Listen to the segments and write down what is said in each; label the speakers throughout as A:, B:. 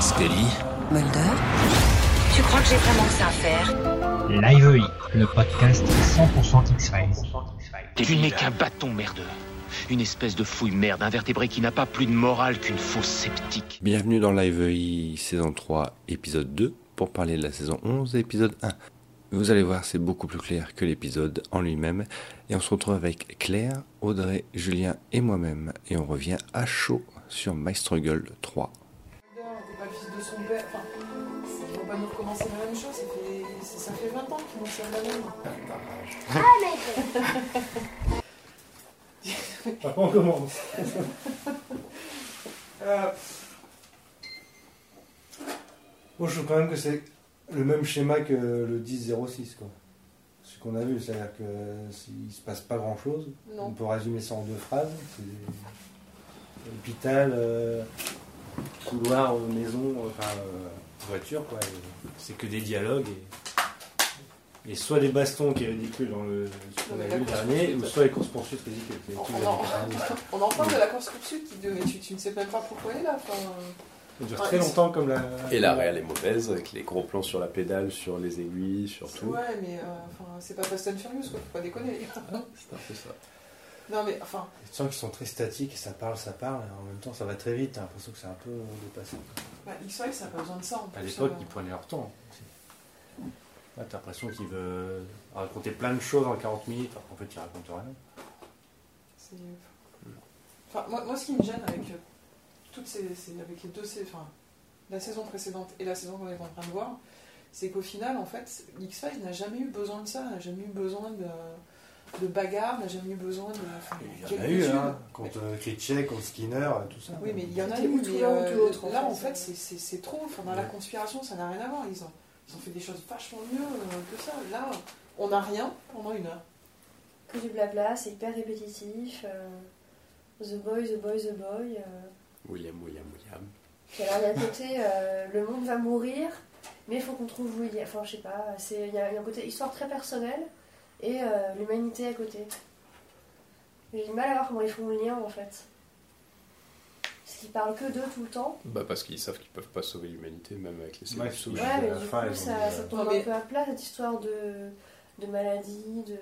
A: Scully
B: Mulder
C: Tu crois que j'ai vraiment que ça à faire
D: Live EI, le podcast 100% X-Files.
E: Tu n'es qu'un bâton merdeux. Une espèce de fouille merde, un vertébré qui n'a pas plus de morale qu'une fausse sceptique.
A: Bienvenue dans Live EI saison 3, épisode 2, pour parler de la saison 11 et épisode 1. Vous allez voir, c'est beaucoup plus clair que l'épisode en lui-même. Et on se retrouve avec Claire, Audrey, Julien et moi-même. Et on revient à chaud sur My Struggle 3.
F: T'es pas le fils de son père. Enfin, on va pas nous recommencer la même chose. Ça fait, ça fait 20 ans qu'ils nous servent la même.
G: Après, on commence.
F: Euh,
G: Bon, je trouve quand même que c'est le même schéma que le 10-06, quoi. Ce qu'on a vu, c'est-à-dire que s'il se passe pas grand-chose,
F: Non.
G: on peut résumer ça en deux phrases. C'est Hôpital, euh, couloir, euh, maison, euh, enfin, euh, voiture, quoi. Et C'est que des dialogues. Et, et soit les bastons qui est ridicule dans le, ce qu'on
F: Non, mais
G: a vu le
F: la
G: dernier,
F: course-poursuite.
G: ou soit les courses-poursuites ridicules. C'est tout
F: Non.
G: la différence.
F: on en parle de la course coupe sud qui devait. Tu, tu ne sais même pas pourquoi elle est là. Enfin, euh,
G: Ça dure très longtemps comme la.
H: Et la réelle est mauvaise, avec les gros plans sur la pédale, sur les aiguilles, sur tout.
F: ouais, mais euh, enfin, c'est pas Fast and Furious, quoi. Faut pas déconner.
H: C'est un peu ça.
F: non, mais enfin,
G: Tu sens qu'ils sont très statiques, ça parle, ça parle, et en même temps ça va très vite, t'as l'impression que c'est un peu dépassé.
F: bah, X-Files, ça n'a pas besoin de ça. en
G: À
F: plus,
G: l'époque,
F: euh,
G: ils prenaient leur temps. Là, t'as l'impression qu'ils veulent raconter plein de choses en 40 minutes, alors qu'en fait, ils racontent rien.
F: c'est- Enfin, moi, moi, ce qui me gêne avec euh, toutes ces, ces- avec les deux, sais- enfin, la saison précédente et la saison qu'on est en train de voir, c'est qu'au final, en fait, X-Files n'a jamais eu besoin de ça, n'a jamais eu besoin de, de bagarre, n'a jamais eu besoin de. enfin,
G: Il y en
F: quel
G: a eu,
F: YouTube.
G: hein, contre Klitschek, contre Skinner, tout ça.
F: Oui, mais il y en a
I: C'était
F: eu,
I: ou tout
F: mais
I: l'un ou
F: euh,
I: tout l'autre, en
F: là,
I: fait,
F: en
I: c'est-
F: fait, c'est- c'est c'est trop. Enfin, dans la
G: Ouais.
F: conspiration, ça n'a rien à voir. Ils ont, ils ont fait des choses vachement mieux euh, que ça. Là, on n'a rien pendant une heure.
I: que du blabla, c'est hyper répétitif. euh, the boy, the boy, the boy. euh.
H: William, William, William.
I: Puis alors, il y a le côté euh, le monde va mourir, mais il faut qu'on trouve où il est. Enfin, je sais pas, c'est- il y, a il y a un côté histoire très personnelle et euh, l'humanité à côté. J'ai du mal à voir comment ils font le lien en fait. Parce qu'ils parlent que d'eux tout le temps.
H: Bah parce qu'ils savent qu'ils peuvent pas sauver l'humanité, même avec les cellules
G: Ouais,
H: souches.
G: Ouais,
I: Ouais, mais
G: à la
I: du
G: fin, ils
I: coup,
G: ont
I: ça,
G: dit,
I: ça
G: euh,
I: tombe
F: Non, mais-
I: un peu à plat cette histoire de, de maladie, de.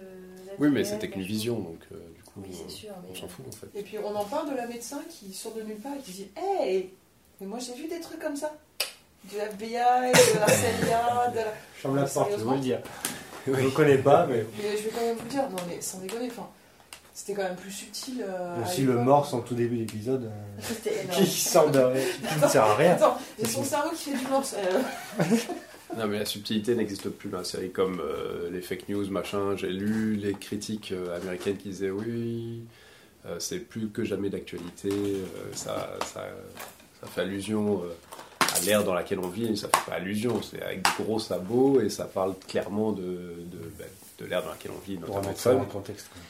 H: Oui, mais
I: d'ADN,
H: c'était qu'une
I: machin.
H: vision, donc euh, du coup,
I: Oui,
H: euh,
I: c'est sûr. mais-
H: on s'en fout en fait.
F: Et puis, on en parle de la médecin qui sort de nulle part et qui dit Hey Mais moi, j'ai vu des trucs comme ça. Du FBI, de la CIA, de la.
G: Je ferme la
F: Mais
G: porte, je
F: sérieusement
G: vous le dire. Je le connais pas, mais.
F: Mais je vais quand même vous dire, non, mais sans déconner, enfin, c'était quand même plus subtil. euh, à
G: Aussi le
F: l'époque.
G: morse en tout début d'épisode, euh,
I: C'était énorme.
G: qui sort de rien, qui ne sert à rien.
F: Attends, j'ai son cerveau qui fait du morse. euh,
H: Non, mais la subtilité n'existe plus dans la série, comme euh, les fake news, machin. J'ai lu les critiques euh, américaines qui disaient oui, euh, c'est plus que jamais d'actualité, euh, ça, ça, ça fait allusion euh, à l'ère dans laquelle on vit, ça fait pas allusion, c'est avec des gros sabots et ça parle clairement de, de, ben, de l'ère dans laquelle on vit,
G: Pour
H: notamment
G: remettre ça dans le
H: Trump.
G: contexte. quoi.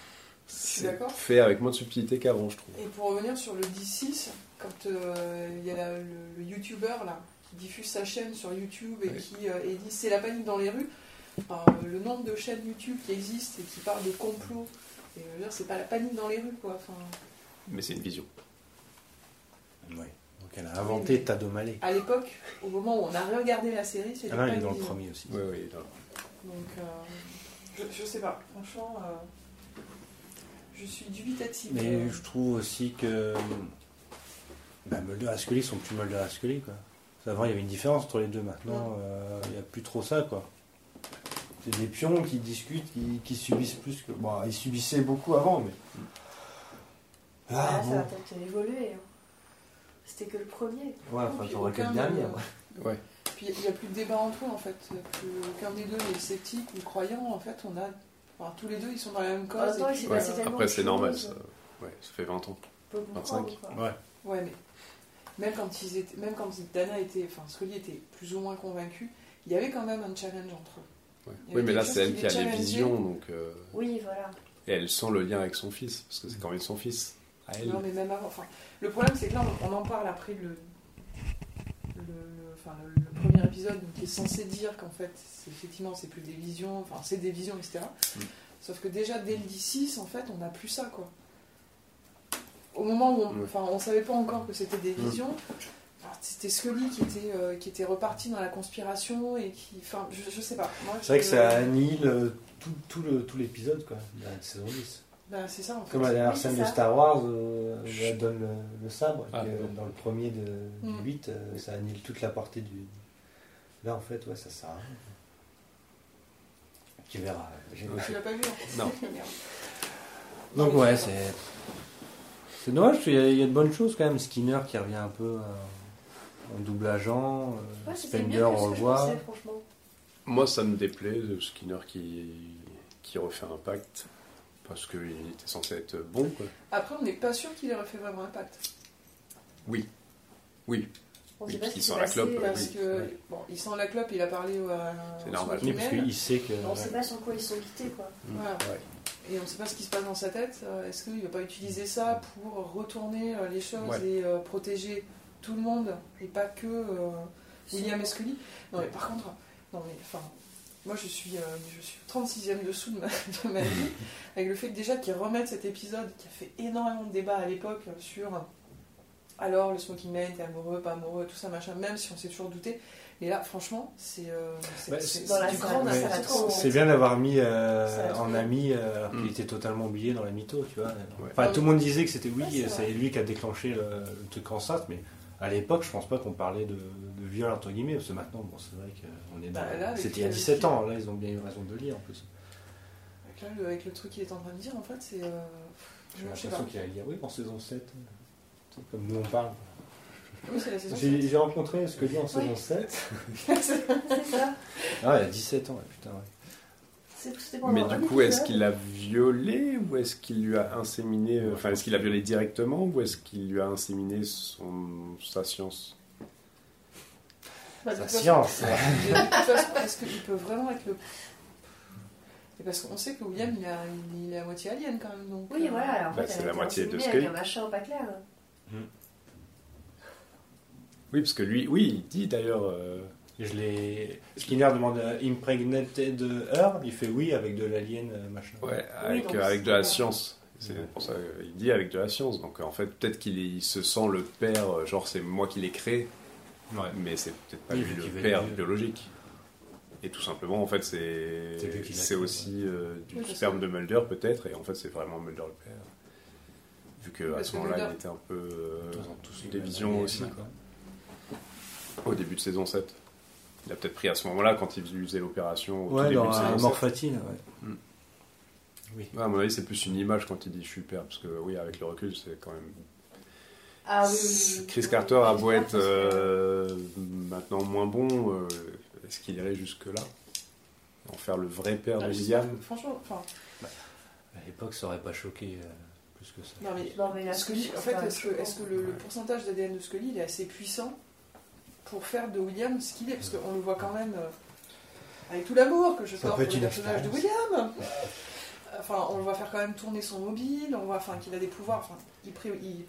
H: C'est
F: d'accord.
H: fait avec moins de subtilité qu'avant, je trouve.
F: Et pour revenir sur le D6, quand euh, il y a la- le, le youtubeur là, qui diffuse sa chaîne sur YouTube et
H: Ouais.
F: qui euh, et dit c'est la panique dans les rues, Enfin, euh, le nombre de chaînes YouTube qui existent et qui parlent de complot, et, euh, je veux dire, c'est pas la panique dans les rues quoi. Enfin,
H: Mais c'est une vision.
G: Ouais. Donc elle a inventé Tado Malé.
F: à l'époque, au moment où on a regardé la série, c'était
G: Ah non,
F: pas
G: il est dans le
F: évident.
G: premier aussi.
H: Oui, oui, non.
F: Donc, euh, je, je sais pas. Franchement, euh, je suis dubitative.
G: Mais je trouve aussi que bah, Mulder et Scully sont plus Mulder et Scully. Quoi. Avant, il y avait une différence entre les deux. Maintenant, euh, il n'y a plus trop ça. quoi. C'est des pions qui discutent, qui, qui subissent plus que. Bon, ils subissaient beaucoup avant, mais.
I: Ah,
G: Là,
I: ça va
G: bon.
I: peut-être évoluer. hein. C'était que le premier.
G: Ouais, enfin,
F: Puis
G: faudrait que le
F: aucun,
G: dernier. hein.
F: euh,
G: quoi.
H: Ouais.
F: Puis il n'y a plus de débat entre eux en fait. Plus Aucun des deux n'est sceptique ou croyant. En fait, on a. enfin, tous les deux, ils sont dans la même
I: En
F: cause.
I: même temps,
F: et
I: il
F: puis-
I: s'est
H: Ouais,
I: passé tellement
H: Après,
I: de
H: c'est normal,
I: choses.
H: ça, ouais, ça fait 20 ans.
I: On peut comprendre,
H: 25.
I: quoi.
F: Ouais, mais même quand ils étaient, même quand Dana était, enfin Scully était plus ou moins convaincu, il y avait quand même un challenge entre eux.
H: Ouais.
F: Il y avait
H: Oui, mais là,
F: quelque
H: c'est
F: chose
H: elle
F: qui
H: qui a
F: les
H: les
F: challengeait.
H: visions, donc. euh,
I: Oui, voilà.
H: Et elle sent le lien avec son fils, parce que c'est quand même son fils. À elle.
F: Non, mais même avant. Enfin, le problème, c'est que là, on, on en parle après le, le, le- enfin, le- le premier épisode donc, qui est censé dire qu'en fait, c'est- effectivement, c'est plus des visions, enfin, c'est des visions, etc.
H: Mm.
F: Sauf que déjà, dès le D6, en fait, on n'a plus ça, quoi. Au moment où on,
H: Ouais.
F: enfin, on savait pas encore que c'était des
H: Mm.
F: visions, alors, c'était Scully qui était, euh, qui était reparti dans la conspiration et qui. Enfin, je, je sais pas. Moi,
G: C'est vrai
F: je-
G: que ça annihile euh, tout, tout le- tout l'épisode, quoi, de la saison 10.
F: Ben, c'est ça en fait.
G: Comme la dernière
I: Oui, c'est
G: scène de
I: ça.
G: Star Wars, euh, où elle donne le, le sabre, et
H: Ah,
G: que
H: bon.
G: dans le premier de, du
F: Mm.
G: 8, euh, ça annule toute la portée du. Là, en fait, ouais, ça sert à rien. Tu verras. euh, j'ai
F: Tu
G: voté.
F: l'as pas vu hein
H: Non.
F: Merde.
G: Donc, ouais, c'est. C'est dommage, parce qu'il y a- il y, a de bonnes choses quand même. Skinner qui revient un peu euh, en double agent, euh,
I: Ouais, c'était
G: Spender,
I: mieux que
G: on
I: ce que je
G: revoit.
I: pensais, franchement.
H: Moi, ça me déplaît de Skinner qui, qui refait un pacte. Parce qu'il était censé être bon, quoi.
F: Après, on n'est pas sûr qu'il ait refait vraiment un pacte.
I: On
H: Oui,
I: sait pas ce
H: qui
I: qui
H: sent
I: s'est
H: la
I: passé. euh,
H: clope,
F: Parce
H: oui.
F: que,
G: ouais.
F: bon, il sent la clope, il a parlé au- à.
H: C'est
F: au
H: normal.
F: son
G: Oui,
F: email.
G: parce qu'il sait que.
I: On sait pas sur quoi ils sont quittés, quoi.
F: Voilà. Et on ne sait pas ce qui se passe dans sa tête. Euh, Est-ce qu'il ne va pas utiliser ça pour retourner euh, les choses
H: Ouais.
F: et euh, protéger tout le monde et pas que euh, William et Scully Non, mais par contre, non, mais, enfin, moi je suis, euh, je suis 36e dessous de ma, de ma vie, avec le fait que déjà qu'ils remettent cet épisode qui a fait énormément de débats à l'époque euh, sur euh, alors le Smoking Man, t'es amoureux, pas amoureux, tout ça, machin, même si on s'est toujours douté. Mais là, franchement, c'est euh, c'est-
G: Bah,
H: Ouais,
F: c'est-
H: c'est-
I: Dans
F: c'est
I: la
F: du
I: salle,
F: grand
I: ouais,
G: ça
F: n'importe
I: va
F: quoi.
I: trop.
G: C'est bien d'avoir mis euh,
I: Ça a
G: en
I: trouvé.
G: ami euh, alors
H: Mm.
G: qu'il était totalement oublié dans la mytho, tu vois.
F: Ouais.
G: Enfin, tout le monde disait que c'était oui,
I: Ouais, c'est
G: c'est
I: vrai.
G: lui qui a déclenché le, le truc enceinte, mais à l'époque, je pense pas qu'on parlait de, de viol, entre guillemets, parce que maintenant, bon, c'est vrai qu'on est dans-
F: Bah, là, avec
G: C'était il y a
F: le-
G: 17 ans, là, ils ont bien eu raison de le lire en plus.
F: Avec, là, le, avec le truc qu'il est en train de dire, en fait, c'est. euh,
G: J'ai
F: je sais pas.
G: l'impression qu'il y a, il y a- oui, en saison 7, c'est comme nous on parle.
F: Oui, c'est la saison
G: J'ai
F: sept.
G: j'ai rencontré ce que dit en saison 7.
I: C'est ça.
G: Ah, il y a 17 ans, ouais, putain, ouais.
I: C'est- C'était pendant
H: Mais
I: un
H: du coup, est-ce
I: épisode.
H: qu'il l'a violée ou est-ce qu'il lui a inséminé euh, Enfin, est-ce qu'il l'a violée directement ou est-ce qu'il lui a inséminé son, sa science
F: Bah, de
G: Sa
F: toute façon,
G: science
F: Et de toute façon, est-ce qu'il peut vraiment être le. Et parce qu'on sait que William, il, a, il est à moitié alien quand même. Donc,
I: Oui,
F: euh,
I: voilà. alors, en
H: Bah,
I: fait,
H: c'est
I: elle a
H: la
I: été
H: moitié de
I: inséminée
H: Scully.
I: Avec un machin pas clair. hein.
H: Oui, parce que lui, oui, il dit d'ailleurs. euh,
G: Je l'ai. Skinner demande euh, impregnated her, il fait oui avec de l'alien euh, machin.
H: Ouais, avec,
I: donc,
H: euh, avec
I: c'est
H: de la
I: pas-
H: science. C'est
G: Ouais.
H: pour ça qu'il dit avec de la science. Donc en fait, peut-être qu'il est- il se sent le père, euh, genre c'est moi qui l'ai créé,
G: Ouais.
H: mais c'est peut-être pas
G: Oui,
H: lui
G: vu qu'il
H: le
G: veut
H: père
G: dire.
H: biologique. Et tout simplement, en fait, c'est
G: C'est lui qui l'a
H: c'est
G: créé,
H: aussi euh, du
F: Oui, parce
H: sperme
F: que-
H: de Mulder peut-être, et en fait, c'est vraiment Mulder le père. Vu qu'à
F: Parce
H: ce
F: que
H: moment-là,
F: Mulder-
H: il était un peu euh,
G: Ils ont tous les
H: des
G: mêmes
H: visions
G: aliens,
H: aussi,
G: ouais.
H: quoi. au début de saison 7. Il a peut-être pris à ce moment-là quand il faisait l'opération. au tout
G: Ouais,
H: début de
G: dans
H: saison
G: un
H: 7.
G: Morphatine, ouais.
H: Ouais, à mon avis, c'est plus une image quand il dit je suis père, parce que oui, avec le recul, c'est quand même
I: Ah oui, oui, oui.
H: Chris Carter
F: Ah,
H: a beau
I: Chris
H: être
I: Carter,
H: euh, maintenant moins bon, euh, est-ce qu'il irait jusque-là En faire le vrai père
F: non,
H: de
F: Ah, je sais
H: William
F: pas. Franchement, enfin.
G: À l'époque, ça aurait pas choqué euh, plus que ça.
F: Non, mais.
I: c'est- Non, mais là,
F: Scully,
I: c'est
F: en fait,
I: pas-
F: est-ce que, est-ce que le, le pourcentage d'ADN de Scully il est assez puissant pour faire de William ce qu'il est Parce qu'on le voit quand même euh, avec tout l'amour que je
G: Ça
F: porte
G: peut
F: pour
G: être
F: le
G: une
F: personnage de
G: expérience.
F: William. Enfin, on le voit faire quand même tourner son mobile, on voit enfin, qu'il a des pouvoirs, enfin, il, pré- il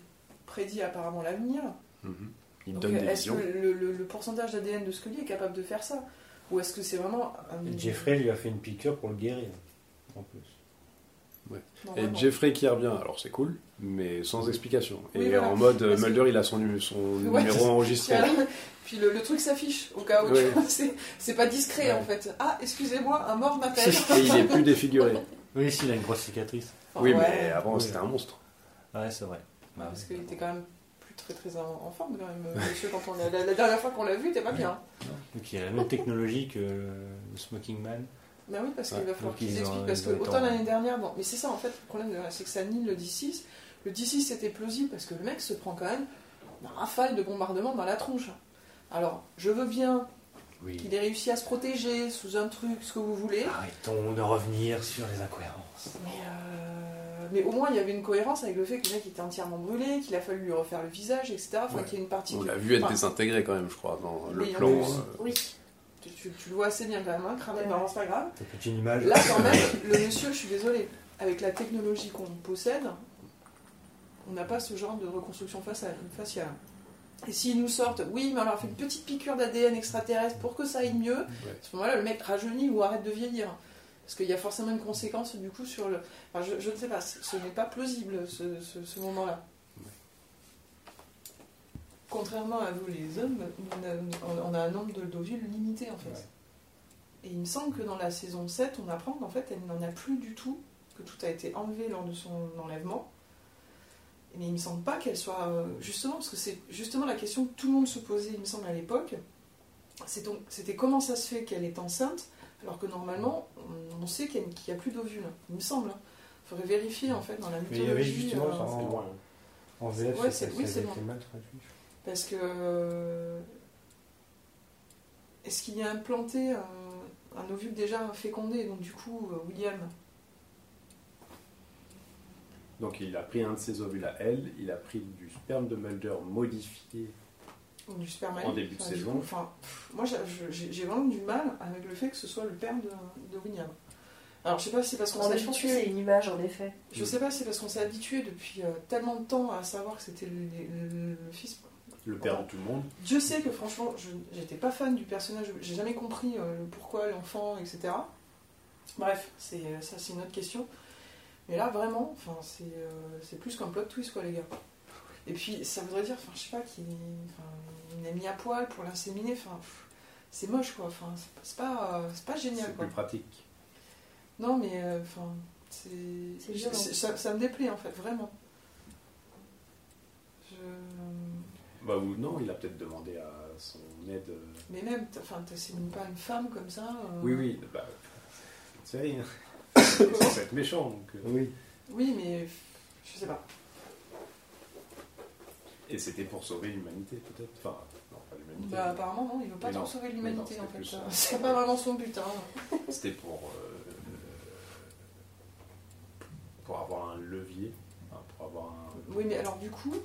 F: prédit apparemment l'avenir.
H: Mhm. Il
F: Donc, euh,
H: donne des
F: est-ce
H: visions.
F: que le, le- le pourcentage d'ADN de Scully est capable de faire ça Ou est-ce que c'est vraiment. un-
G: Et Jeffrey lui a fait une piqûre pour le guérir, en plus.
F: Non,
H: Et
F: vraiment.
H: Jeffrey qui revient, alors c'est cool, mais sans explication. Et
F: Oui, voilà.
H: en mode euh,
F: Parce que-
H: Mulder, il a son, nu- son
F: Ouais,
H: numéro
F: c'est-
H: enregistré.
F: Puis le, le truc s'affiche au cas où, tu
H: Ouais.
F: vois, c'est- c'est pas discret
G: Ouais.
F: en fait. Ah, excusez-moi, un mort m'appelle.
H: Et il est plus défiguré.
G: Oui, s'il a une grosse cicatrice.
F: Enfin,
H: oui,
F: ouais.
H: mais ah, bah, avant,
G: Oui.
H: c'était un monstre.
G: Ouais, c'est vrai.
F: Ouais, parce qu'il était quand même plus très très en, en forme quand même, euh, monsieur, quand on a- la, la dernière fois qu'on l'a vu, il était pas bien.
G: Donc il a la même technologie que euh, le Smoking Man.
F: Bah oui, parce
H: Ouais,
F: qu'il va falloir
G: donc
F: qu'ils
G: ils ont-
F: expliquent, parce
G: ils
F: que
G: ont le
F: autant
G: temps.
F: l'année dernière, bon, mais c'est ça en fait, le problème, c'est que ça nie le D6. Le D6 c'était plausible parce que le mec se prend quand même un rafale de bombardement dans la tronche. Alors, je veux bien
G: Oui.
F: qu'il ait réussi à se protéger sous un truc, ce que vous voulez,
G: Arrêtons de revenir sur les incohérences.
F: mais, euh, mais au moins il y avait une cohérence avec le fait que le mec était entièrement brûlé, qu'il a fallu lui refaire le visage, etc. Enfin,
H: Ouais.
F: qu'il y ait une partie.
H: On
F: du-
H: l'a vu être
F: enfin,
H: désintégré quand même, je crois, dans le
F: Oui, en
H: plan.
F: plus.
H: euh,
I: Oui,
F: tu, tu- tu le vois assez bien quand même, hein, cramé dans Instagram.
G: T'as toute une image.
F: Là, quand même, le monsieur, je suis désolée, avec la technologie qu'on possède, on n'a pas ce genre de reconstruction faciale. faciale. Et s'ils nous sortent, oui, mais on leur fait une petite piqûre d'ADN extraterrestre pour que ça aille mieux, à ce moment-là, le mec rajeunit ou arrête de vieillir. Parce qu'il y a forcément une conséquence du coup sur le. Enfin, je, je ne sais pas, ce ce n'est pas plausible ce, ce- ce moment-là. contrairement à vous les hommes, nous n'a- on a un nombre de dovules limité en fait.
G: Ouais.
F: Et il me semble que dans la saison 7, on apprend qu'en fait elle n'en a plus du tout, que tout a été enlevé lors de son enlèvement. Mais il me semble pas qu'elle soit. euh, Justement, parce que c'est justement la question que tout le monde se posait, il me semble, à l'époque. C'est donc- C'était comment ça se fait qu'elle est enceinte, alors que normalement, on- on sait qu'il n'y a- qu'il y a plus d'ovules, il me semble. Il faudrait vérifier en fait dans la
G: Mais
F: mythologie.
G: il y avait justement
F: euh,
G: ça en, en VF,
F: Ouais,
G: ça-
F: c'est-
G: ça
F: oui,
G: avait
F: c'est
G: été
F: bon.
G: mal traduit.
F: Parce que. euh, Est-ce qu'il y a implanté un, un ovule déjà fécondé Donc, du coup, euh, William.
H: Donc il a pris un de ses ovules à elle, il a pris du sperme de Mulder modifié.
F: ou du sperme
H: En début de
F: enfin, du
H: saison.
F: coup, Enfin, pff, moi, j'a- je- j'ai j'ai vraiment du mal avec le fait que ce soit le père de, de William. Alors, je sais pas si c'est parce qu'on
I: Non,
F: s'est
I: mais je pense que c'est
F: habitué.
I: une image en effet.
F: Je sais pas si c'est parce qu'on s'est habitué depuis euh, tellement de temps à savoir que c'était le, le- le fils.
H: Le père de tout le monde.
F: Dieu sait que franchement, je j'étais pas fan du personnage, j'ai jamais compris euh, le pourquoi l'enfant, etc. Bref, c'est euh, ça c'est une autre question. Mais là vraiment, enfin c'est euh, c'est plus qu'un plot twist quoi les gars. Et puis ça voudrait dire, enfin je sais pas qu'il enfin, il l'a mis à poil pour l'inséminer, enfin pff, c'est moche quoi, enfin c'est pas- c'est pas euh, c'est pas génial
H: C'est
F: quoi.
H: plus pratique.
F: Non mais euh, enfin c'est
I: C'est violent.
F: c'est- ça, ça me déplaît en fait vraiment. Je
H: Bah ou non, il a peut-être demandé à son aide. euh,
F: Mais même, t'- enfin, t'assimiles pas une femme comme ça. euh,
H: Oui, oui, bah, hein. c'est rien. C'est censé être méchant. Donc, euh,
G: Oui.
F: Oui, mais f- je sais pas.
H: Et c'était pour sauver l'humanité, peut-être. Enfin, non, pas l'humanité.
F: Bah, apparemment, non, il veut pas
H: Mais
F: trop
H: non,
F: sauver
H: mais non,
F: l'humanité
H: c'était
F: en fait.
H: plus,
F: euh,
H: euh,
F: C'est pas vraiment son but. Hein.
H: C'était pour, euh, pour avoir un levier, hein, pour avoir un.
F: Oui, mais alors du coup,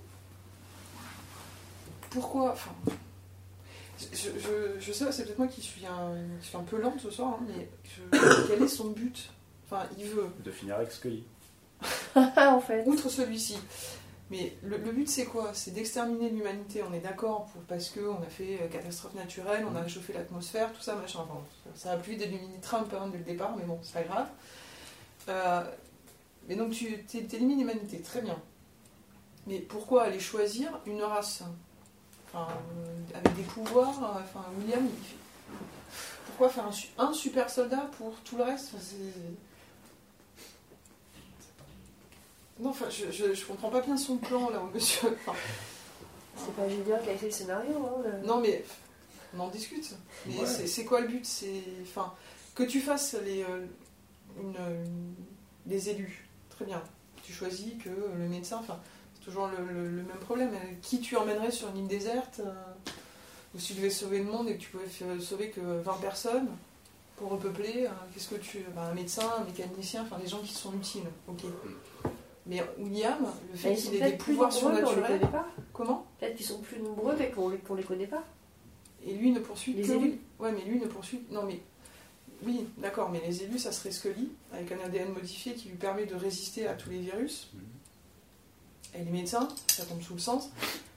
F: pourquoi Enfin, je, je, je sais, c'est peut-être moi qui suis, un, qui suis un peu lente ce soir, hein, mais je- quel est son but Enfin, il veut,
H: de finir avec Scully.
I: en fait.
F: outre celui-ci. Mais le, le but c'est quoi C'est d'exterminer l'humanité, on est d'accord, pour- parce que on a fait euh, catastrophe naturelle, on a réchauffé l'atmosphère, tout ça, machin. Enfin, ça a plu des mini Trump hein, dès le départ, mais bon, c'est pas grave. Euh, mais donc tu t'é- t'élimines l'humanité, très bien. Mais pourquoi aller choisir une race Enfin, euh, avec des pouvoirs, euh, enfin, William, il fait- pourquoi faire un, su- un super soldat pour tout le reste Enfin, c'est- Non, enfin, je, je, je comprends pas bien son plan là, monsieur. Enfin,
I: C'est pas Julien qui a écrit le scénario. Hein, le-
F: non, mais on en discute. Mais
G: Ouais.
F: c'est c'est quoi le but C'est enfin que tu fasses les euh, une, une- les élus. Très bien. Tu choisis que le médecin. Enfin, c'est toujours le, le- le même problème. Euh, Qui tu emmènerais sur une île déserte euh, Ou si tu devais sauver le monde et que tu pouvais faire- sauver que 20 personnes pour repeupler euh, Qu'est-ce que tu ben, Un médecin, un mécanicien, enfin des gens qui sont utiles. Ok. Mais William, le fait
I: Mais ils sont
F: qu'il ait des
I: peut-être plus
F: pouvoirs
I: nombreux qu'on les
F: surnaturels,
I: connaît pas.
F: comment
I: Peut-être qu'ils sont plus nombreux mais qu'on les, qu'on les connaît pas.
F: Et lui ne poursuit
I: Les
F: que
I: élus.
F: Ouais, mais lui ne poursuit. Non, mais. Oui, d'accord, mais les élus, ça serait Scully, avec un ADN modifié qui lui permet de résister à tous les virus. Et les médecins, ça tombe sous le sens.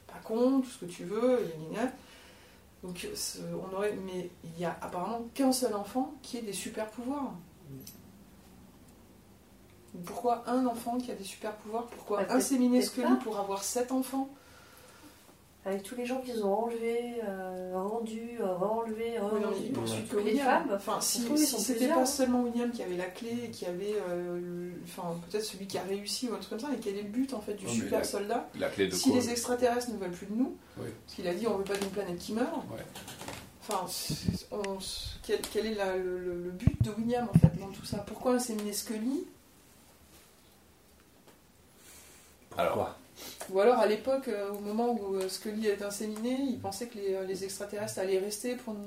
F: Pas con, tout ce que tu veux, gna gna gna. Donc, ce- on aurait. Mais il y a apparemment qu'un seul enfant qui ait des super pouvoirs. Pourquoi un enfant qui a des super pouvoirs Pourquoi
I: Bah, peut-être-
F: inséminer
I: peut-être
F: Scully
I: pas.
F: pour avoir sept enfants
I: Avec tous les gens qu'ils ont enlevés, euh, rendus, euh, re-enlevés,
F: Oui, non, mais il
I: re-enlevés.
F: poursuit
I: Que
F: que
I: les
F: William.
I: femmes,
F: Enfin,
I: on
F: si,
I: trouve, ils
F: si
I: sont
F: c'était
I: plusieurs.
F: pas seulement William qui avait la clé et qui avait, euh, le- enfin, peut-être celui qui a réussi ou un truc comme ça, et quel est le but en fait du
H: Non, mais
F: super
H: la-
F: soldat
H: La clé
F: Si les extraterrestres ne veulent plus de nous,
H: Oui.
F: parce qu'il a dit on veut pas d'une planète qui meurt.
H: Ouais.
F: Enfin, c'est- on- quel, quel est la- le, le- le but de William en fait dans tout ça Pourquoi inséminer Scully
H: Alors,
F: Ou alors à l'époque, euh, au moment où euh, Scully est inséminé, il pensait que les, euh, les extraterrestres allaient rester pour nous.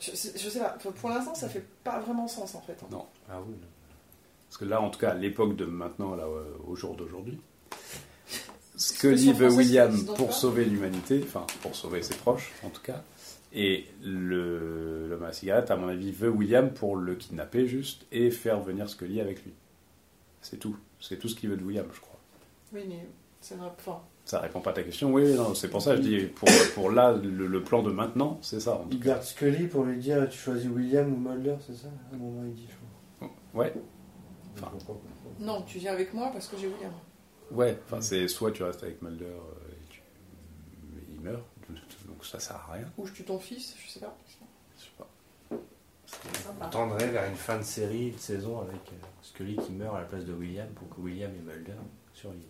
F: Je, sais- je sais pas, Enfin, pour l'instant ça fait pas vraiment sens en fait. hein.
H: non. Ah oui. non. Parce que là, en tout cas, à l'époque de maintenant, là, euh, au jour d'aujourd'hui, Scully
F: Expression
H: veut
F: française
H: William
F: qui n'existe donc
H: pour
F: pas.
H: sauver l'humanité, enfin, pour sauver ses proches, en tout cas. Et le, le à cigarette, à mon avis, veut William pour le kidnapper juste et faire venir Scully avec lui. C'est tout. C'est tout ce qu'il veut de William, je crois.
F: Oui, mais ça n'a enfin,
H: Ça répond pas à ta question, oui, non, c'est pour ça que je dis, pour, pour là, le, le plan de maintenant, c'est ça. en tout
G: Il
H: cas.
G: garde Scully pour lui dire tu choisis William ou Mulder, c'est ça À un moment, il dit, je crois.
H: Ouais,
G: Je comprends pas.
F: Non, tu viens avec moi parce que j'ai William.
H: Ouais, enfin, c'est soit tu restes avec Mulder euh, et tu- mais il meurt, donc ça sert à rien.
F: Ou je tue ton fils, je sais pas.
H: Je sais pas.
G: On tendrait vers une fin de série, de saison avec euh, Scully qui meurt à la place de William pour que William et Mulder survivent.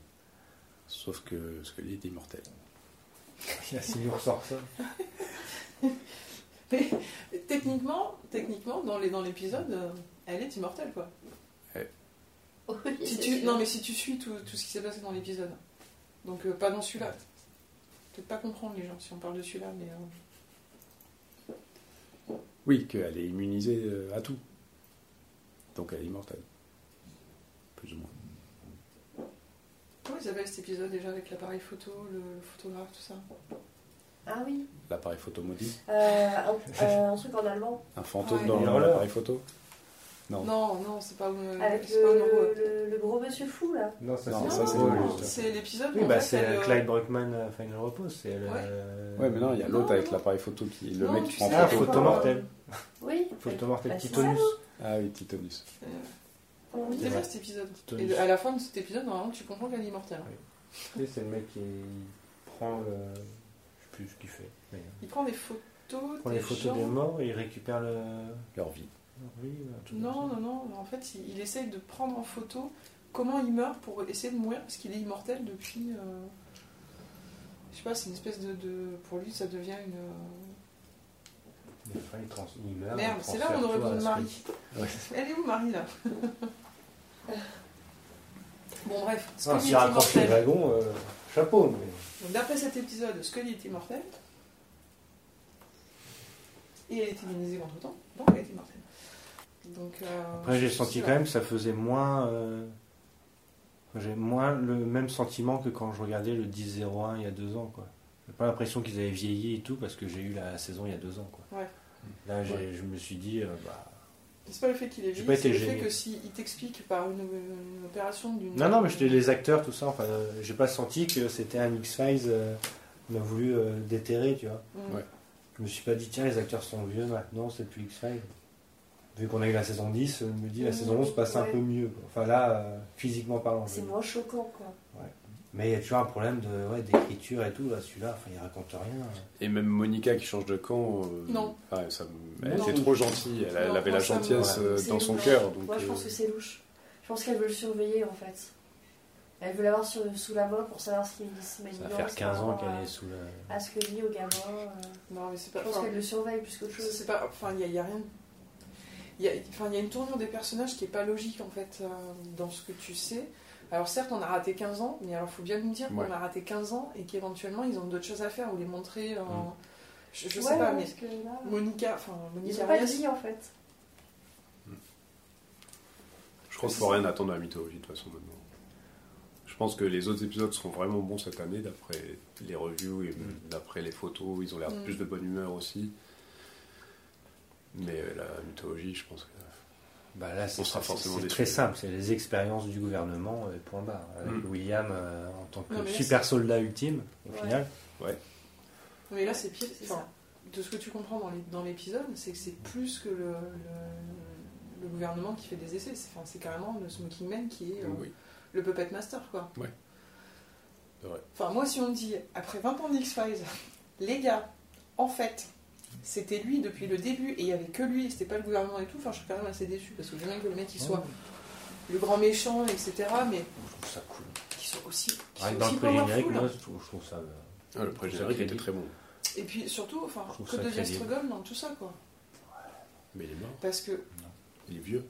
H: Sauf que Scully est immortel.
G: si nous ressort ça.
F: Mais techniquement, techniquement dans les- dans l'épisode, euh, elle est immortelle quoi.
I: Oui,
F: Si
I: c'est
F: tu,
I: sûr.
F: non mais si tu suis tout, tout ce qui s'est passé dans l'épisode, donc euh, pas dans celui-là, peut-être pas comprendre les gens si on parle de celui-là, mais euh,
H: Oui, qu'elle est immunisée euh, à tout. Donc elle est immortelle. Plus ou moins.
F: comment ils appellent cet épisode déjà avec l'appareil photo, le, le photographe, tout ça
I: Ah oui.
H: L'appareil photo maudit
I: Euh, un, euh, un truc en allemand.
H: Un fantôme
F: Ah Ouais.
H: dans
G: Hurleur.
H: l'appareil photo Non.
F: Non, non, c'est pas, euh,
I: Avec
F: c'est pas un euro.
I: le, le- le gros monsieur fou, là.
G: Non, ça
H: Non,
F: Non,
H: ça,
F: non,
H: c'est
F: non,
H: drôle,
F: non,
H: juste.
F: c'est l'épisode où
G: Oui,
F: en
G: bah
F: fait,
G: c'est
F: elle,
G: euh,
F: euh,
G: Clyde Brockman euh, Final Repose. C'est le.
F: Ouais.
H: Ouais, mais non, il y a
F: Non,
H: l'autre avec
F: non.
H: l'appareil photo qui. Le
F: Non,
H: mec
F: tu
H: qui prend
F: sais,
G: Ah,
H: photo.
G: photo
I: euh,
G: mortelle.
I: Oui.
G: Photo mortelle,
I: Bah,
G: petit
I: c'est
G: tonus.
I: ça,
H: Ah oui, Titonus.
I: Oui.
F: euh, C'est pas cet épisode.
G: Tonus.
F: Et le- à la fin de cet épisode, normalement, tu comprends qu'elle est immortelle.
G: Tu sais, c'est le mec qui prend le. Je sais plus ce qu'il fait. mais Il
F: Il prend des photos.
G: prend les photos
F: gens.
G: des morts et il récupère le.
H: Leur vie.
G: Oui, un truc
F: Non,
G: comme ça.
F: non, non. En fait, il, il essaye de prendre en photo comment il meurt pour essayer de mourir parce qu'il est immortel depuis. euh, Je sais pas, c'est une espèce de, de- Pour lui, ça devient une. euh,
G: Et après, il, trans... il meurt.
F: Merde,
G: il
F: c'est là où on
G: transfère
F: aurait
G: tout à
F: besoin de
G: la
F: Marie. Elle est où, Marie, là Bon, bref.
G: Scully. Non,
F: Scully est
G: s'il raccroche les
F: immortel.
G: wagons, euh, chapeau. Mais...
F: Donc, D'après cet épisode, Scully est immortel. Et elle est immunisée entre temps. Donc, elle est immortelle. Donc. euh,
G: Après, j'ai
F: je-
G: senti
F: je-
G: quand même que ça faisait moins. euh, J'ai moins le même sentiment que quand je regardais le 10-01 il y a deux ans. quoi. J'ai pas l'impression qu'ils avaient vieilli et tout parce que j'ai eu la saison il y a deux ans. Quoi.
F: Ouais.
G: Là, j'ai- je me suis dit, euh, bah.
F: C'est pas le fait qu'il est
G: J'ai
F: vieilli,
G: pas
F: c'est
G: été
F: le
G: gêné.
F: fait que s'il t'explique par une, une opération d'une.
G: Non, non, mais je te- les acteurs, tout ça, enfin, euh, j'ai pas senti que c'était un X-Files euh, qu'on a voulu euh, déterrer, tu vois.
F: Mm.
H: Ouais.
G: Je me suis pas dit, tiens, les acteurs sont vieux maintenant, c'est plus X-Files. Vu qu'on a eu la saison 10, je me dis, la
I: Mm,
G: saison 11 passe un
I: ouais.
G: peu mieux. quoi. Enfin, là, euh, physiquement parlant. je
I: C'est
G: veux dire.
I: moins choquant, quoi.
G: Mais il y a toujours un problème de, ouais, d'écriture et tout, là, celui-là, enfin, il raconte rien.
H: Et même Monica qui change de camp. euh,
F: Non.
H: ouais, ça me- elle
F: Non.
H: était trop gentille. Elle, elle
F: Non,
H: avait
F: moi,
H: la
F: ça me-
H: gentillesse
G: ouais.
H: euh,
I: C'est
H: dans son
I: louche.
H: cœur. donc,
I: Moi, je
H: euh,
I: pense que c'est louche. Je pense qu'elle veut le surveiller, en fait. Elle veut l'avoir sur- sous la main pour savoir ce qu'il se met
G: Ça va faire 15 ans qu'elle est sous la.
I: À ce que dit au gamin. euh,
F: Non, mais c'est
I: Je
F: pas.
I: pense
F: Enfin,
I: qu'elle le surveille plus qu'autre
F: je
I: chose.
F: sais pas. Enfin, il y, a- il y a rien. Il y a, enfin, il y a une tournure des personnages qui est pas logique en fait euh, dans ce que tu sais. Alors certes, on a raté 15 ans, mais alors faut bien nous dire
H: Ouais.
F: qu'on a raté 15 ans et qu'éventuellement ils ont d'autres choses à faire ou les montrer.
G: Mm.
F: en- Je, je
I: Ouais,
F: sais pas, mais
I: parce que là,
F: Monica, enfin
I: Ils
F: Monica
I: n'ont pas de
F: Reyes,
I: vie, en fait.
H: Je crois qu'il faut rien attendre à la mythologie de toute façon maintenant. Je pense que les autres épisodes seront vraiment bons cette année d'après les reviews et
E: Mm.
H: d'après les photos. Ils ont l'air
F: Mm.
H: plus de bonne humeur aussi. Mais euh, la mythologie, je pense que.
G: Bah là, c'est
H: On sera
G: c'est-
H: forcément
G: c'est
H: déçus.
G: très simple, c'est les expériences du gouvernement, euh, point barre. Avec
H: Mm.
G: William euh, en tant que
F: Non, mais là,
G: super soldat ultime, au
I: Ouais.
G: final.
F: Mais là, c'est pire.
I: C'est
F: Enfin,
I: ça.
F: de ce que tu comprends dans les- dans l'épisode, c'est que c'est plus que le, le- le gouvernement qui fait des essais. C'est enfin, c'est carrément le Smoking Man qui est euh,
H: Oui.
F: le Puppet Master, quoi.
H: Ouais. C'est vrai.
F: Enfin, moi, si on me dit, après 20 ans d'X-Files, les gars, en fait, c'était lui depuis le début et il n'y avait que lui, et c'était pas le gouvernement et tout, enfin, je suis quand même assez déçu parce que j'aime bien que le mec, il soit le grand méchant, etc., mais
G: Je trouve ça cool.
F: qu'il soit aussi, qu'il soit
G: Rien que dans
F: aussi
G: le pré-générique,
F: powerful.
G: moi, je trouve, je trouve ça. euh,
H: Ah, le pré-générique
G: C'est
H: était très bon.
F: Et puis, surtout, enfin,
G: Je trouve
F: que
G: ça
F: devient
G: crédible.
F: Struggle dans tout ça, quoi.
H: Mais il est mort.
F: Parce que
H: Il est vieux.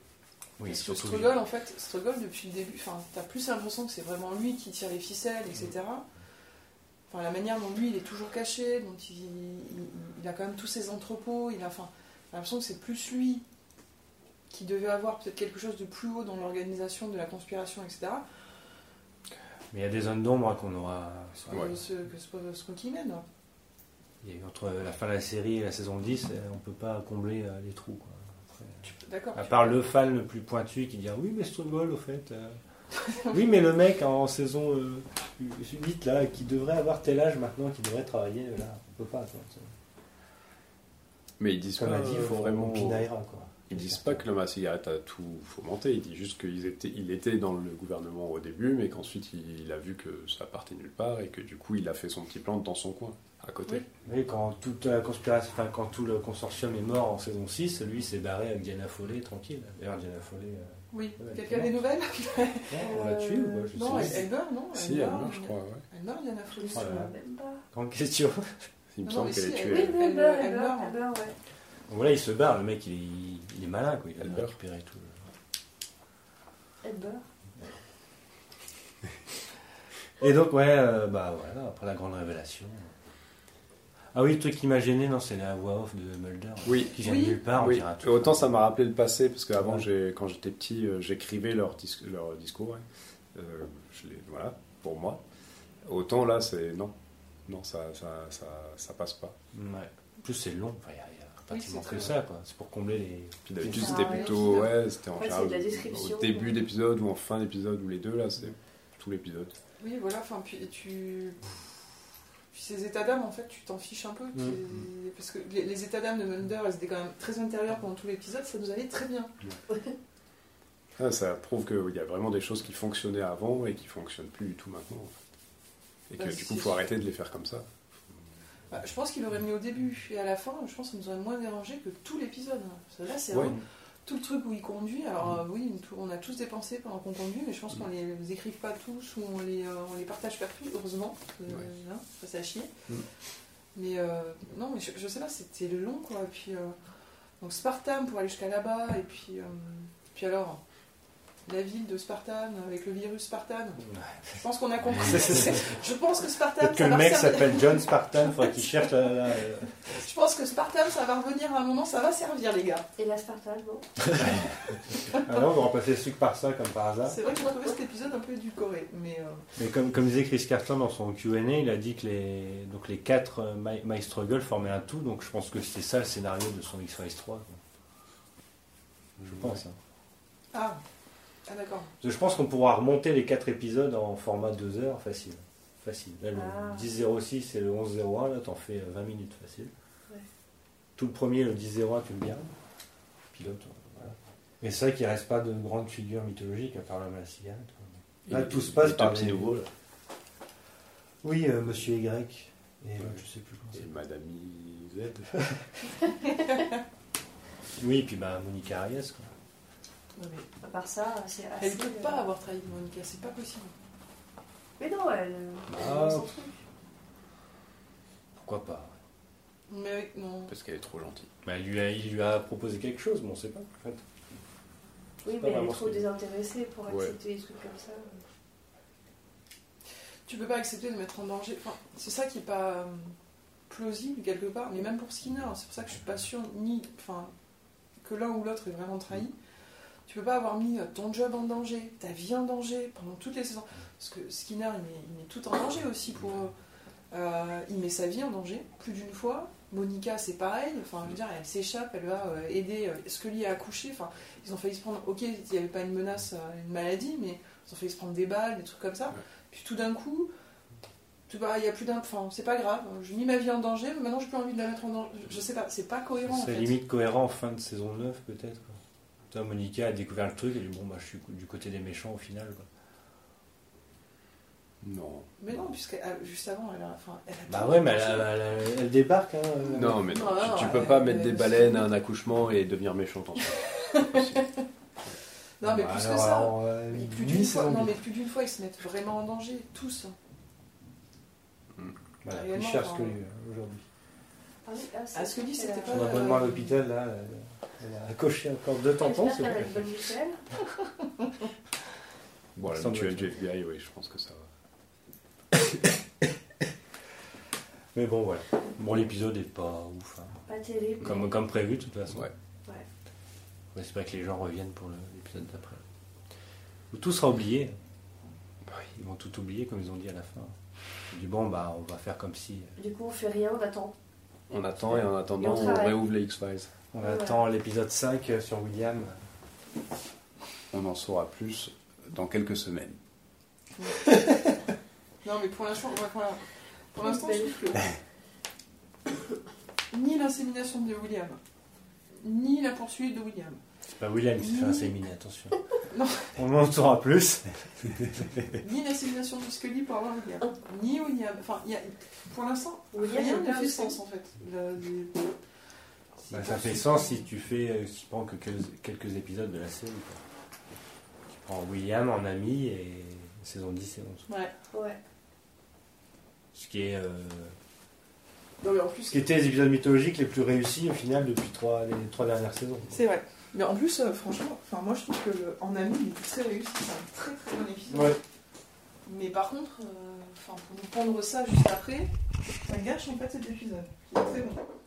G: Oui,
F: Parce que
G: surtout.
F: Struggle, en fait, Struggle, depuis le début, enfin, t'as plus l'impression que c'est vraiment lui qui tire les ficelles, etc.
E: Mm.
F: Enfin, la manière dont lui, il est toujours caché, dont il, il- il a quand même tous ses entrepôts, il a, enfin, j'ai l'impression que c'est plus lui qui devait avoir peut-être quelque chose de plus haut dans l'organisation de la conspiration, etc.
G: Mais il y a des zones d'ombre hein, qu'on aura.
F: Que
H: Ouais.
F: ce, que ce, ce Smoking Man, là.
G: Il y a eu entre la fin de la série et la saison 10, euh, on peut pas combler euh, les trous. quoi. Après,
F: D'accord.
G: À
F: tu-
G: part le fan le plus pointu qui dit ah oui mais Struggle au fait. euh, oui mais le mec en saison euh, 8 là qui devrait avoir tel âge maintenant, qui devrait travailler euh, là, on peut pas. quoi.
H: Mais ils disent
G: Comme
H: pas,
G: a dit,
H: euh,
G: il faut vraiment
H: vraiment.
G: Pinaira quoi.
E: Ils disent pas que l'homme à la cigarette a tout fomenté, ils disent juste qu'il était, il était dans le gouvernement au début, mais qu'ensuite il, il a vu que ça partait nulle part et que du coup il a fait son petit plan dans son coin, à côté.
G: Oui, quand toute la conspiration, enfin, quand tout le consortium est mort en saison 6, lui s'est barré avec Diana Follet tranquille. D'ailleurs, Diana Follet, euh,
F: Oui,
G: Ouais,
F: quelqu'un a des nouvelles
G: on l'a tué ou quoi Je
F: Non, elle,
G: sais
F: elle meurt, non
E: si, elle meurt, je crois, ouais.
F: Elle meurt, Diana Folie.
G: Voilà.
I: Je me rappelle pas.
G: pas. Grande question.
E: Il me
F: Ah Non,
E: semble
F: mais
E: qu'elle
F: si,
E: est
F: elle-
E: tuée.
I: Oui,
F: Euh, elle-
I: oui, elle meurt, elle
F: elle
I: meurt,
F: meurt.
I: elle meurt, ouais.
G: Donc voilà, il se barre, le mec, il est, il est malin, quoi. Il a
E: Elle meurt.
G: récupéré tout. le-
I: Elle meurt.
G: Et donc, ouais, euh, bah voilà, après la grande révélation. Ah oui, le truc qui m'a gêné, non, c'est la voix off de Mulder.
E: Oui.
G: Qui vient
F: Oui.
G: de nulle part, Ah, on
E: Oui. Euh,
G: dirait tout.
E: Autant ça m'a rappelé le passé, parce qu'avant,
G: Ouais.
E: j'ai- quand j'étais petit, euh, j'écrivais leur, dis- leur discours. ouais. Euh, je les- voilà, pour moi. Autant là, c'est non. Non, ça, ça, ça, ça passe pas.
G: Ouais. En plus, c'est long, enfin, il y a, il y a pratiquement
F: c'est
G: que
F: très
G: ça, quoi. C'est pour combler les.
E: Puis d'habitude,
I: Ça
E: c'était
I: arrive.
E: plutôt. Ouais, c'était en
I: Ouais, c'est
E: général
I: de la description.
E: Au début d'épisode ou en fin d'épisode, ou les deux, là, c'est tout l'épisode.
F: Oui, voilà, enfin, puis tu. Puis ces états d'âme, en fait, tu t'en fiches un peu. tu- Parce que les, les états d'âme de Mulder, ils étaient quand même très intérieurs pendant tout l'épisode, ça nous allait très bien.
E: Ah, ça prouve qu'il y a vraiment des choses qui fonctionnaient avant et qui fonctionnent plus du tout maintenant. en fait. Et que
F: Bah,
E: du coup,
F: c'est-
E: faut arrêter de les faire comme ça.
F: Bah, je pense qu'il aurait mis au début et à la fin, je pense que ça nous aurait moins dérangé que tout l'épisode. hein. Parce que Là, c'est
E: Ouais.
F: vraiment tout le truc où il conduit.
G: Mm.
F: Alors, euh, oui, tout- on a tous des pensées pendant qu'on conduit, mais je pense qu'on les écrive pas tous ou on les, euh, on les partage pas tous, heureusement. parce que,
E: Ouais.
F: hein, ça, c'est à chier.
E: Mm.
F: Mais euh, non, mais je, je sais pas, c'était long quoi. Et puis, euh, donc Spartan pour aller jusqu'à là-bas, et puis, euh, puis alors. La ville de Spartan avec le virus Spartan. Je pense qu'on a compris. je pense que Spartan.
G: Peut-être que
F: ça
G: le
F: va
G: mec
F: servir-
G: s'appelle John Spartan, faudrait qu'il cherche la. la- la-
F: je pense que Spartan, ça va revenir à un moment, ça va servir, les gars.
I: Et la Spartan, bon.
G: Ah non, on va remplacer ce truc par ça, comme par hasard.
F: C'est vrai que j'ai trouvé cet épisode un peu édulcoré, mais euh,
G: Mais comme, comme disait Chris Carton dans son QA, il a dit que les, donc les quatre euh, My, My Struggle formaient un tout, donc je pense que c'était ça le scénario de son X-Files 3. quoi. Je pense. hein.
F: ah, ah d'accord.
G: Parce que Je pense qu'on pourra remonter les quatre épisodes en format 2 heures facile. Facile. Là, le
I: Ah.
G: 10.06 et le 11.01, là, t'en fais euh, 20 minutes facile.
I: Ouais.
G: Tout le premier, le 10.01, tu le gardes. Pilote, euh, voilà. Mais c'est vrai qu'il reste pas de grande figure mythologique à part l'homme à la cigarette. quoi. Là, tout se passe
E: les
G: par
E: deux petits
G: les-
E: nouveaux, là.
G: Oui, euh, monsieur Y. Et euh,
E: Ouais.
G: je sais plus comment
E: Et
G: c'est.
E: Madame Z.
G: Oui, et puis bah, Monica Arias. Quoi.
F: Non, mais
I: À part ça, c'est assez.
F: elle ne peut
I: euh,
F: pas avoir trahi Monica, c'est pas possible.
I: Mais non, elle. euh,
G: Ah.
I: elle s'en fout.
G: Pourquoi pas
F: Mais avec- non.
E: Parce qu'elle est trop gentille.
G: bah, il, lui a, il lui a proposé quelque chose, mais on sait pas. En fait. pas
I: Oui, mais elle est
G: vraiment
I: trop
G: ce que-
I: désintéressée pour
E: Ouais.
I: accepter des trucs comme ça.
F: Tu peux pas accepter de mettre en danger. Enfin, c'est ça qui est pas euh, plausible quelque part, mais même pour Skinner, c'est pour ça que je suis pas sûre ni, enfin, que l'un ou l'autre est vraiment trahi. Tu peux pas avoir mis euh, ton job en danger, ta vie en danger pendant toutes les saisons. Parce que Skinner, il met, il met tout en danger aussi pour eux. Euh, il met sa vie en danger plus d'une fois. Monica, c'est pareil. Enfin, je veux dire, elle s'échappe, elle va euh, aider euh, Scully à accoucher. Enfin, ils ont failli se prendre. Ok, il n'y avait pas une menace, euh, une maladie, mais ils ont failli se prendre des balles, des trucs comme ça. Puis tout d'un coup, tu vois, il y a plus d'un. Enfin, c'est pas grave. Je mis ma vie en danger, mais maintenant j'ai plus envie de la mettre en danger. Je sais pas, c'est pas cohérent en
G: C'est
F: fait.
G: limite cohérent en fin de saison 9, peut-être. quoi. Toi, Monica a découvert le truc et dit Bon, bah, je suis du côté des méchants au final. Quoi.
E: Non.
F: Mais non, puisque euh, juste avant, elle a. Enfin, elle a
G: Bah,
F: tout
G: ouais, mais elle,
F: mangé.
G: elle- elle- elle débarque. Hein,
E: Non, mais non.
F: Non, non,
E: tu, tu
F: Ah, ouais,
E: peux pas
F: ouais,
E: mettre des
F: ouais,
E: baleines à un accouchement et devenir méchante ensuite. C'est pas possible.
F: Non, mais
G: Bah,
F: plus que
G: alors,
F: ça.
G: alors, euh,
F: Mais plus
G: oui,
F: d'une
G: c'est
F: fois, non,
G: zombie.
F: mais plus d'une fois, ils se mettent vraiment en danger, tous.
G: Bah, plus
F: réellement,
G: cher
F: enfin,
G: que lui euh, aujourd'hui.
I: Ah oui, ah, c'est-
F: Ah, Scully,
I: elle a-
F: c'était pas-
G: Son
F: euh,
G: abonnement à l'hôpital, là, euh, elle a coché encore deux tampons.
I: J'espère
G: c'est
I: qu'elle a
G: vrai.
I: une bonne mutuelle.
E: Bon,
G: Il
E: la
G: semble
E: mutuelle
G: que-
E: du FBI, oui, je pense que ça va.
G: Mais bon, voilà. Bon, l'épisode est pas ouf. hein.
I: Pas terrible.
G: Comme, comme prévu, de toute façon.
E: Ouais.
I: Ouais.
G: On espère que les gens reviennent pour le- l'épisode d'après. Où tout sera oublié. Bah, Ils vont tout oublier, comme ils ont dit à la fin. Ils disent, bon, bah, on va faire comme si.
I: Du coup, on fait rien, on attend.
E: On attend et en attendant,
I: Et on
E: on,
I: travaille.
E: réouvre les X-Files.
G: On
I: Ouais.
G: attend l'épisode 5 euh, sur William.
E: On en saura plus dans quelques semaines.
F: Non, mais pour l'instant, ouais, voilà. Pour
I: Oui,
F: l'instant, je
I: belle.
F: trouve que. Ni l'insémination de William, ni la poursuite de William.
G: C'est pas William qui s'est fait inséminer, attention.
F: Non.
G: On en saura plus.
F: ni l'assimilation de Scully pour avoir William, ni William. Enfin, il y a- pour l'instant,
I: William,
F: rien
I: il
F: ne
I: a
F: fait
I: aussi.
F: sens en fait. La- des-
G: Bah,
F: C'est
G: ça
F: pas-
G: fait sens si tu fais, euh, si tu prends que quelques, quelques épisodes de la série. Quoi. Tu prends William en ami et saison 10 et 11.
F: Ouais.
I: Ouais.
G: Ce qui est. euh,
F: Non, mais en plus,
G: Ce qui était les épisodes mythologiques les plus réussis au final depuis trois, les trois dernières saisons.
F: c'est vrai. Mais en plus, euh, franchement, enfin, moi je trouve que le- en ami, il est très réussi. C'est un très très bon épisode.
G: Ouais.
F: Mais par contre, euh, enfin, pour nous prendre ça juste après, ça gâche en fait cet épisode. qui est très bon.